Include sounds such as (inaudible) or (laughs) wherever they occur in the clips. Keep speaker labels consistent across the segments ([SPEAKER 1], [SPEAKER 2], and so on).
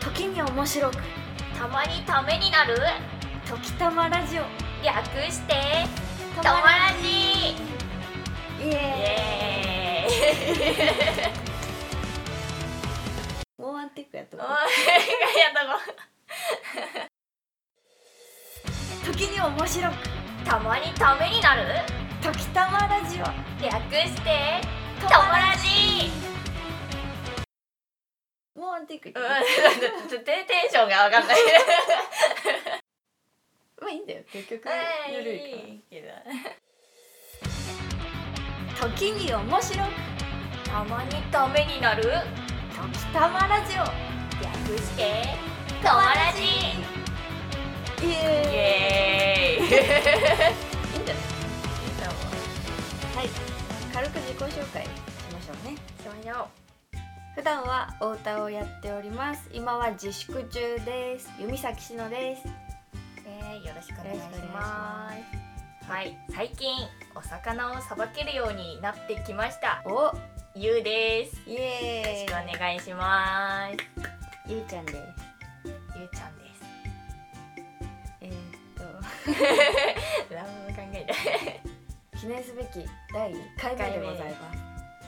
[SPEAKER 1] 時に面白く
[SPEAKER 2] たまにためになる
[SPEAKER 1] 時たまラジオ
[SPEAKER 2] 略して「
[SPEAKER 1] た
[SPEAKER 2] た
[SPEAKER 1] ま
[SPEAKER 2] ま
[SPEAKER 1] ら
[SPEAKER 2] ら
[SPEAKER 1] じ
[SPEAKER 2] じ」
[SPEAKER 1] イ
[SPEAKER 2] イ
[SPEAKER 1] エ
[SPEAKER 2] エーイ
[SPEAKER 1] ーイもうワンテイクやと
[SPEAKER 2] お
[SPEAKER 1] 思
[SPEAKER 2] ー
[SPEAKER 1] う
[SPEAKER 2] やだご
[SPEAKER 1] 時に面白く
[SPEAKER 2] たまにためになる
[SPEAKER 1] 時たまラジオ
[SPEAKER 2] 略して「
[SPEAKER 1] た
[SPEAKER 2] た
[SPEAKER 1] ま
[SPEAKER 2] ま
[SPEAKER 1] ら
[SPEAKER 2] らじ」
[SPEAKER 1] もうワンテイクやと
[SPEAKER 2] う
[SPEAKER 1] 思うん
[SPEAKER 2] (laughs) テテンションが上がんない
[SPEAKER 1] まあいいんだよ結局
[SPEAKER 2] はい
[SPEAKER 1] ゆるいか
[SPEAKER 2] いけど
[SPEAKER 1] ら時に面白く
[SPEAKER 2] たまにためになる
[SPEAKER 1] 時たまラジオ
[SPEAKER 2] 略して「たまらじ」
[SPEAKER 1] イ
[SPEAKER 2] イ
[SPEAKER 1] エ
[SPEAKER 2] エーイいいんじゃない
[SPEAKER 1] ーイはい軽く自己紹介しましょうね
[SPEAKER 2] しましょう
[SPEAKER 1] 普段はお歌をやっております今は自粛中です弓崎しのですよ
[SPEAKER 2] えー、よろしくお
[SPEAKER 1] ろ
[SPEAKER 2] 願い
[SPEAKER 1] し
[SPEAKER 2] し
[SPEAKER 1] くお願いし
[SPEAKER 2] ま
[SPEAKER 1] ます
[SPEAKER 2] はい最近お魚をさばけるようになってきました
[SPEAKER 1] すお
[SPEAKER 2] ゆうですよ
[SPEAKER 1] イエ
[SPEAKER 2] ろ
[SPEAKER 1] ーイ
[SPEAKER 2] しくお願いします
[SPEAKER 1] ゆうちゃんです
[SPEAKER 2] ゆうちゃんです
[SPEAKER 1] えーっ
[SPEAKER 2] 何も考えて
[SPEAKER 1] と記念すべき第1回目でございます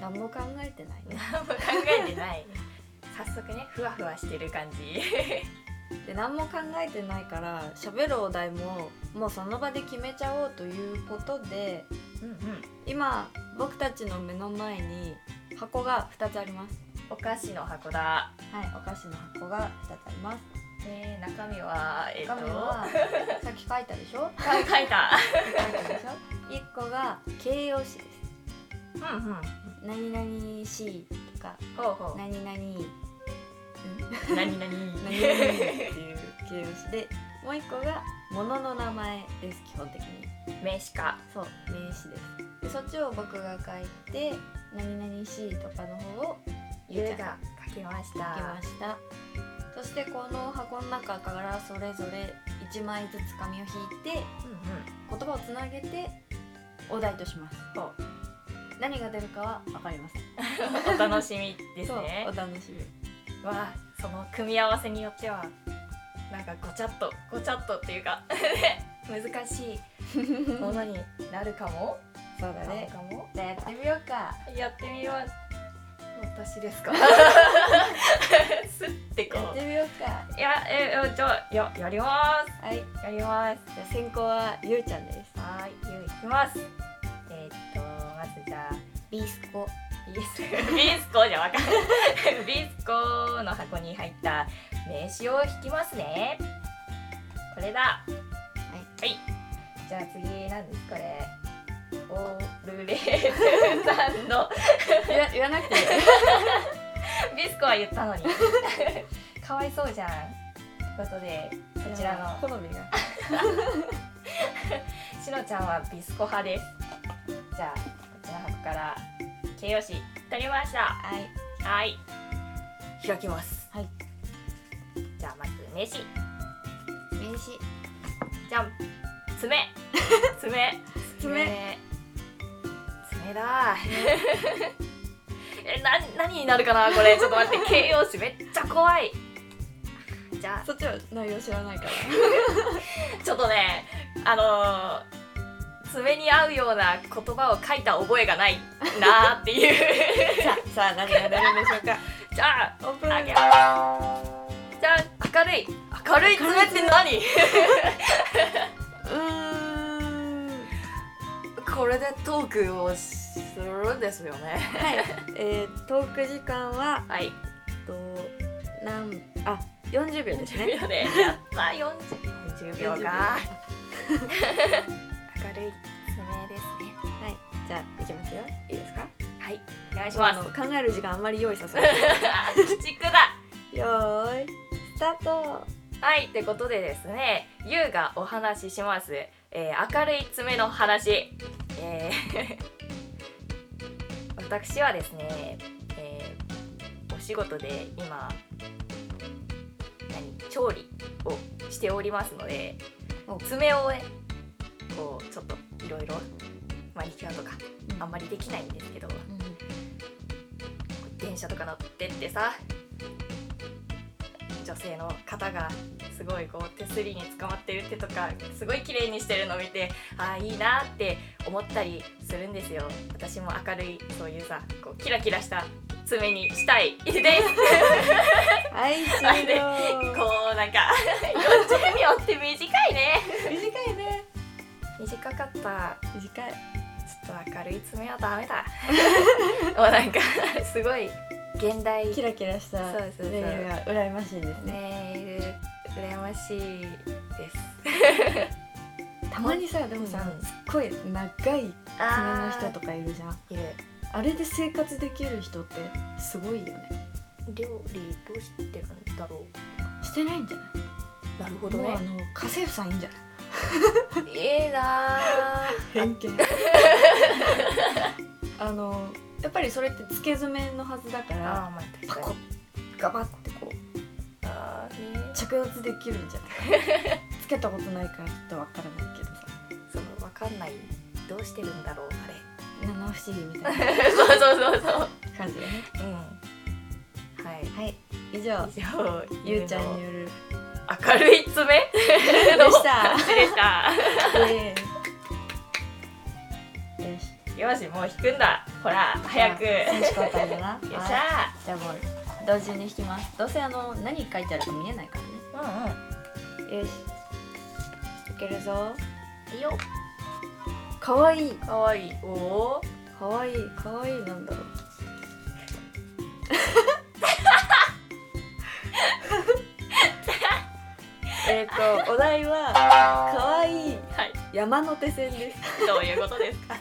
[SPEAKER 1] 何も考えてないね
[SPEAKER 2] 何も考えてない早速ねふわふわしてる感じ
[SPEAKER 1] で何も考えてないから喋るお題ももうその場で決めちゃおうということで
[SPEAKER 2] うんうん
[SPEAKER 1] 今僕たちの目の前に箱が2つあります
[SPEAKER 2] お菓子の箱だ
[SPEAKER 1] はいお菓子の箱が2つあります
[SPEAKER 2] えー、中身はえっ、
[SPEAKER 1] 中身は
[SPEAKER 2] と
[SPEAKER 1] さっき書いたでしょ
[SPEAKER 2] 書いた (laughs)
[SPEAKER 1] 一個が形容詞です
[SPEAKER 2] うんうん
[SPEAKER 1] 何々しとか
[SPEAKER 2] ほうほう
[SPEAKER 1] 何々何々
[SPEAKER 2] 何々
[SPEAKER 1] っていう形容詞でもう一個が物の名前です基本的に
[SPEAKER 2] (laughs) 名詞か
[SPEAKER 1] そう名詞ですでそっちを僕が書いて何々しとかの方を
[SPEAKER 2] ゆ
[SPEAKER 1] ゆ
[SPEAKER 2] う
[SPEAKER 1] うちゃん
[SPEAKER 2] が書きま
[SPEAKER 1] 書
[SPEAKER 2] した
[SPEAKER 1] きましたそしてこの箱の中からそれぞれ1枚ずつ紙を引いて
[SPEAKER 2] うんうん
[SPEAKER 1] 言葉をつなげてお題とします
[SPEAKER 2] ほう
[SPEAKER 1] 何が出るかは分かります
[SPEAKER 2] お楽しみです
[SPEAKER 1] そう
[SPEAKER 2] ね
[SPEAKER 1] お。楽しみ
[SPEAKER 2] わあ、その組み合わせによっては、なんかごちゃっと、ごちゃっとっていうか、 (laughs) 難し (laughs) いものになるかも。
[SPEAKER 1] そうだ
[SPEAKER 2] なる
[SPEAKER 1] ね
[SPEAKER 2] かも。
[SPEAKER 1] じゃあやってみようか
[SPEAKER 2] やってみよう。私です (laughs) か。すってこ
[SPEAKER 1] やっ
[SPEAKER 2] う
[SPEAKER 1] て。みようか
[SPEAKER 2] いや、え、えじゃあ、や、やります。
[SPEAKER 1] はいじ
[SPEAKER 2] やります。
[SPEAKER 1] ゃあ先行はゆうちゃんです
[SPEAKER 2] はーい、ゆういきます。えー、っと、まずじゃあ。
[SPEAKER 1] ビスコ
[SPEAKER 2] ビスビスコじゃわかんないビスコの箱に入った名刺を引きますねこれだはい、じゃあ次なんですこれオールレーズさんの
[SPEAKER 1] 言わ言わなくていい
[SPEAKER 2] ビスコは言ったのに (laughs) かわいそうじゃんということでこちらの
[SPEAKER 1] 好みが
[SPEAKER 2] しのちゃんはビスコ派ですじゃあこっちの箱から形容詞取りました
[SPEAKER 1] はい
[SPEAKER 2] はい開きます
[SPEAKER 1] はい
[SPEAKER 2] じゃあまず名刺
[SPEAKER 1] 名刺
[SPEAKER 2] じゃん爪 (laughs) 爪
[SPEAKER 1] 爪
[SPEAKER 2] 爪だ (laughs) えな何になるかなこれちょっと (laughs) 待って形容詞めっちゃ怖いじゃ
[SPEAKER 1] そっちは内容知らないから
[SPEAKER 2] あちょっとねあのー爪に合うような言葉を書いた覚えがないなーっていう
[SPEAKER 1] さあさあ何が出るんでしょうか
[SPEAKER 2] (laughs) じゃあ
[SPEAKER 1] オープン
[SPEAKER 2] あげますじゃあ明るい明るい爪って何
[SPEAKER 1] うーん
[SPEAKER 2] これでトークをするんですよね
[SPEAKER 1] はいえー、トーク時間は
[SPEAKER 2] はい
[SPEAKER 1] えっとなんあ40秒ですね
[SPEAKER 2] 40秒でやった四十秒か明るい爪ですね
[SPEAKER 1] はいじゃあいきますよいいですか
[SPEAKER 2] はいお願いし
[SPEAKER 1] あ
[SPEAKER 2] ます
[SPEAKER 1] の考える時間あんまり用意させない
[SPEAKER 2] 鬼畜だ
[SPEAKER 1] (laughs) よーいスタート
[SPEAKER 2] はいってことでですねゆうがお話しします、えー、明るい爪の話、えー (laughs) 私はですね、えーお仕事で今何調理をしておりますので
[SPEAKER 1] お
[SPEAKER 2] 爪をねこうちょっといろいろマニキュアとかあんまりできないんですけど電車とか乗ってってさ女性の方がすごいこう手すりに捕まってる手とかすごい綺麗にしてるのを見てああいいなって思ったりするんですよ私も明るいそういうさこうキラキラした爪にしたいです
[SPEAKER 1] はい終
[SPEAKER 2] あれ
[SPEAKER 1] 了
[SPEAKER 2] こうなんか40秒って短いね
[SPEAKER 1] 短いね
[SPEAKER 2] 短かった
[SPEAKER 1] 短い
[SPEAKER 2] ちょっと明るい爪はダメだ (laughs) もうなんかすごい現代
[SPEAKER 1] キラキラした
[SPEAKER 2] そうそうそう
[SPEAKER 1] メニューが羨ましいですね
[SPEAKER 2] ネイル羨ましいです
[SPEAKER 1] たまにさでもさ、
[SPEAKER 2] うん
[SPEAKER 1] すっごい長い爪の人
[SPEAKER 2] と
[SPEAKER 1] とかいるじゃん
[SPEAKER 2] いる
[SPEAKER 1] あれで生活できる人ってすごいよね
[SPEAKER 2] 料理どうしてるんだろ
[SPEAKER 1] してないんじゃないう
[SPEAKER 2] なるほ
[SPEAKER 1] もうあの家政婦さんいいんじゃない
[SPEAKER 2] いいな
[SPEAKER 1] (laughs) 偏見 (laughs) あのやっぱりそれってつけ爪のはずだから
[SPEAKER 2] (laughs) あまあ
[SPEAKER 1] パコッガバッてこう
[SPEAKER 2] あーね
[SPEAKER 1] 着脱できるんじゃない (laughs) かなつけたことないからちょっとわからないけどさ
[SPEAKER 2] そのわかんないどうしてるんだろうあれ
[SPEAKER 1] 七不思議みたいな
[SPEAKER 2] (laughs) そうそうそうそう
[SPEAKER 1] 感じだね
[SPEAKER 2] うんはい
[SPEAKER 1] (laughs) はい以上
[SPEAKER 2] 以上
[SPEAKER 1] ゆうちゃんによる
[SPEAKER 2] 明るい爪
[SPEAKER 1] で
[SPEAKER 2] の
[SPEAKER 1] した
[SPEAKER 2] 話でした
[SPEAKER 1] イエーイよし
[SPEAKER 2] よしもう引くんだほら早くよ
[SPEAKER 1] 選手交代だな
[SPEAKER 2] っしゃ
[SPEAKER 1] じゃあもう同時に引きますどうせあの何書いてあるか見えないか
[SPEAKER 2] うんう
[SPEAKER 1] らねよしいけるぞ
[SPEAKER 2] んいいよ
[SPEAKER 1] かわいい
[SPEAKER 2] かわいいおお
[SPEAKER 1] かわいいかわいいなんだろうえっとお題はかわいい
[SPEAKER 2] はい
[SPEAKER 1] 山手線です
[SPEAKER 2] (laughs) どういうことですか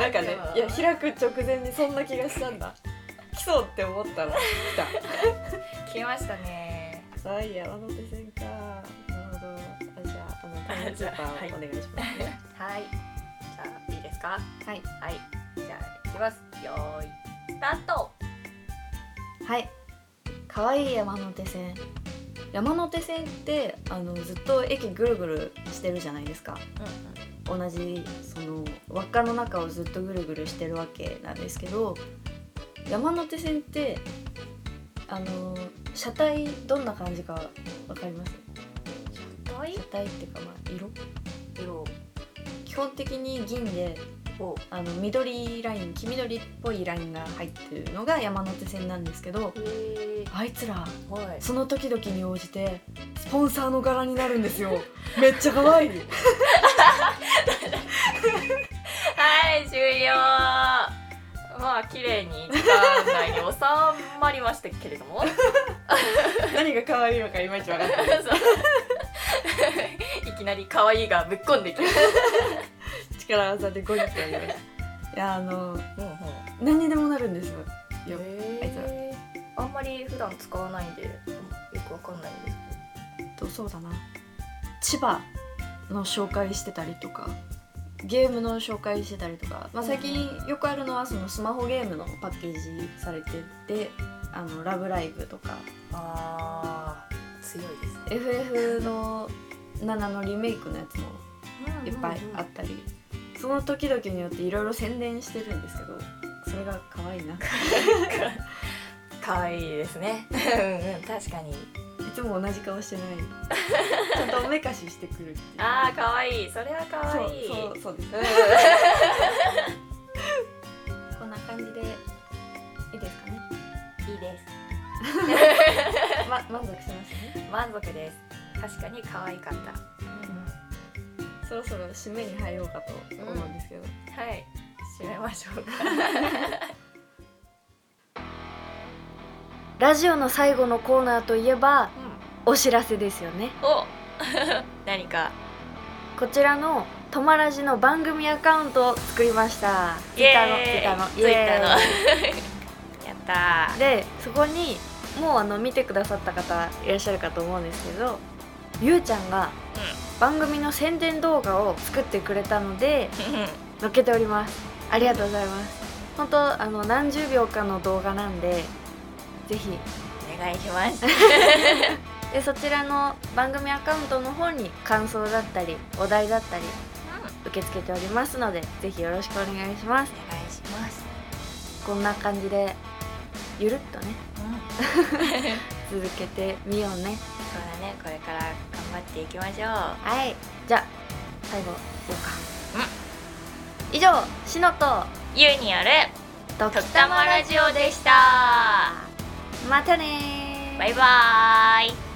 [SPEAKER 1] なんかねいや開く直前にそんな気がしたんだ来そうって思ったら来
[SPEAKER 2] 消えましたね
[SPEAKER 1] たかわいい山手線かなるほどあじゃああのタイムキーパ
[SPEAKER 2] あじ
[SPEAKER 1] ー
[SPEAKER 2] ゃあ
[SPEAKER 1] お願いしますね
[SPEAKER 2] はいじゃあいいですか
[SPEAKER 1] (laughs) はい
[SPEAKER 2] はいじゃあいきますよーいスタート
[SPEAKER 1] はい。可愛い山手線。山手線ってあのずっと駅ぐるぐるしてるじゃないですか。
[SPEAKER 2] う
[SPEAKER 1] 同じその輪っかの中をずっとぐるぐるしてるわけなんですけど、山手線ってあの車体どんな感じかわかります？
[SPEAKER 2] んうんどうい
[SPEAKER 1] 車体っていうかまあ色。
[SPEAKER 2] 色
[SPEAKER 1] 基本的に銀で
[SPEAKER 2] を
[SPEAKER 1] あの緑ライン黄緑っぽいラインが入ってるのが山手線なんですけど
[SPEAKER 2] へえ
[SPEAKER 1] あいつら
[SPEAKER 2] はい
[SPEAKER 1] その時々に応じてスポンサーの柄になるんです (laughs) よ。めっちゃ可愛い。
[SPEAKER 2] はい終了まあ綺麗に時間内に収まりましたけれど (laughs) も
[SPEAKER 1] (laughs) 何が可愛いのかいまいち分かんない。
[SPEAKER 2] いきなり可愛いがぶっこんできました
[SPEAKER 1] 力技でゴリってやりました。いやあの
[SPEAKER 2] うんうん
[SPEAKER 1] 何にでもなるんですよ。よ
[SPEAKER 2] へ
[SPEAKER 1] あいつ
[SPEAKER 2] えあんまり普段使わないんでよくわかんないんです
[SPEAKER 1] とそうだな。千葉の紹介してたりとか。ゲームの紹介してたりとか、まあ、最近よくあるのはそのスマホゲームのパッケージされてて「あのラブライブ!」とか
[SPEAKER 2] あー強いですね
[SPEAKER 1] FF の7のリメイクのやつもいっぱいあったり、その時々によっていろいろ宣伝してるんですけどそれが可愛いない
[SPEAKER 2] 可愛いですねうんうん確かに
[SPEAKER 1] つも同じ顔してないちょっとおめかししてくるっていう
[SPEAKER 2] あー可愛いそれは可
[SPEAKER 1] そう
[SPEAKER 2] 愛い
[SPEAKER 1] そうそうです (laughs) こんな感じでいいですかね
[SPEAKER 2] いいです
[SPEAKER 1] ま満足しましたね
[SPEAKER 2] 満足です確かに可愛かった、うん、
[SPEAKER 1] そろそろ締めに入ろうかと思うんですけど、
[SPEAKER 2] はい締めましょうか
[SPEAKER 1] ラジオの最後のコーナーといえば
[SPEAKER 2] うん
[SPEAKER 1] お知らせですよね
[SPEAKER 2] (laughs) お何か
[SPEAKER 1] こちらの「とまらじ」の番組アカウントを作りましたツ
[SPEAKER 2] イエ
[SPEAKER 1] イッターの
[SPEAKER 2] ーイ
[SPEAKER 1] ツイッターのイエーイ
[SPEAKER 2] (laughs) やったー
[SPEAKER 1] でそこにもうあの見てくださった方いらっしゃるかと思うんですけどゆうちゃんが番組の宣伝動画を作ってくれたので載っけておりますありがとうございます本当あの何十秒かの動画なんでぜひ
[SPEAKER 2] お願いします
[SPEAKER 1] でそちらの番組アカウントの方に感想だったりお題だったり受け付けておりますのでぜひよろしくお願いします
[SPEAKER 2] お願いします。
[SPEAKER 1] こんな感じでゆるっとね続けてみようね
[SPEAKER 2] そうだねこれから頑張っていきましょう
[SPEAKER 1] はいじゃあ最後どうか以上しのと
[SPEAKER 2] ゆうによる
[SPEAKER 1] ド
[SPEAKER 2] 「ときたまラジオ」でした
[SPEAKER 1] またねー
[SPEAKER 2] バイバーイ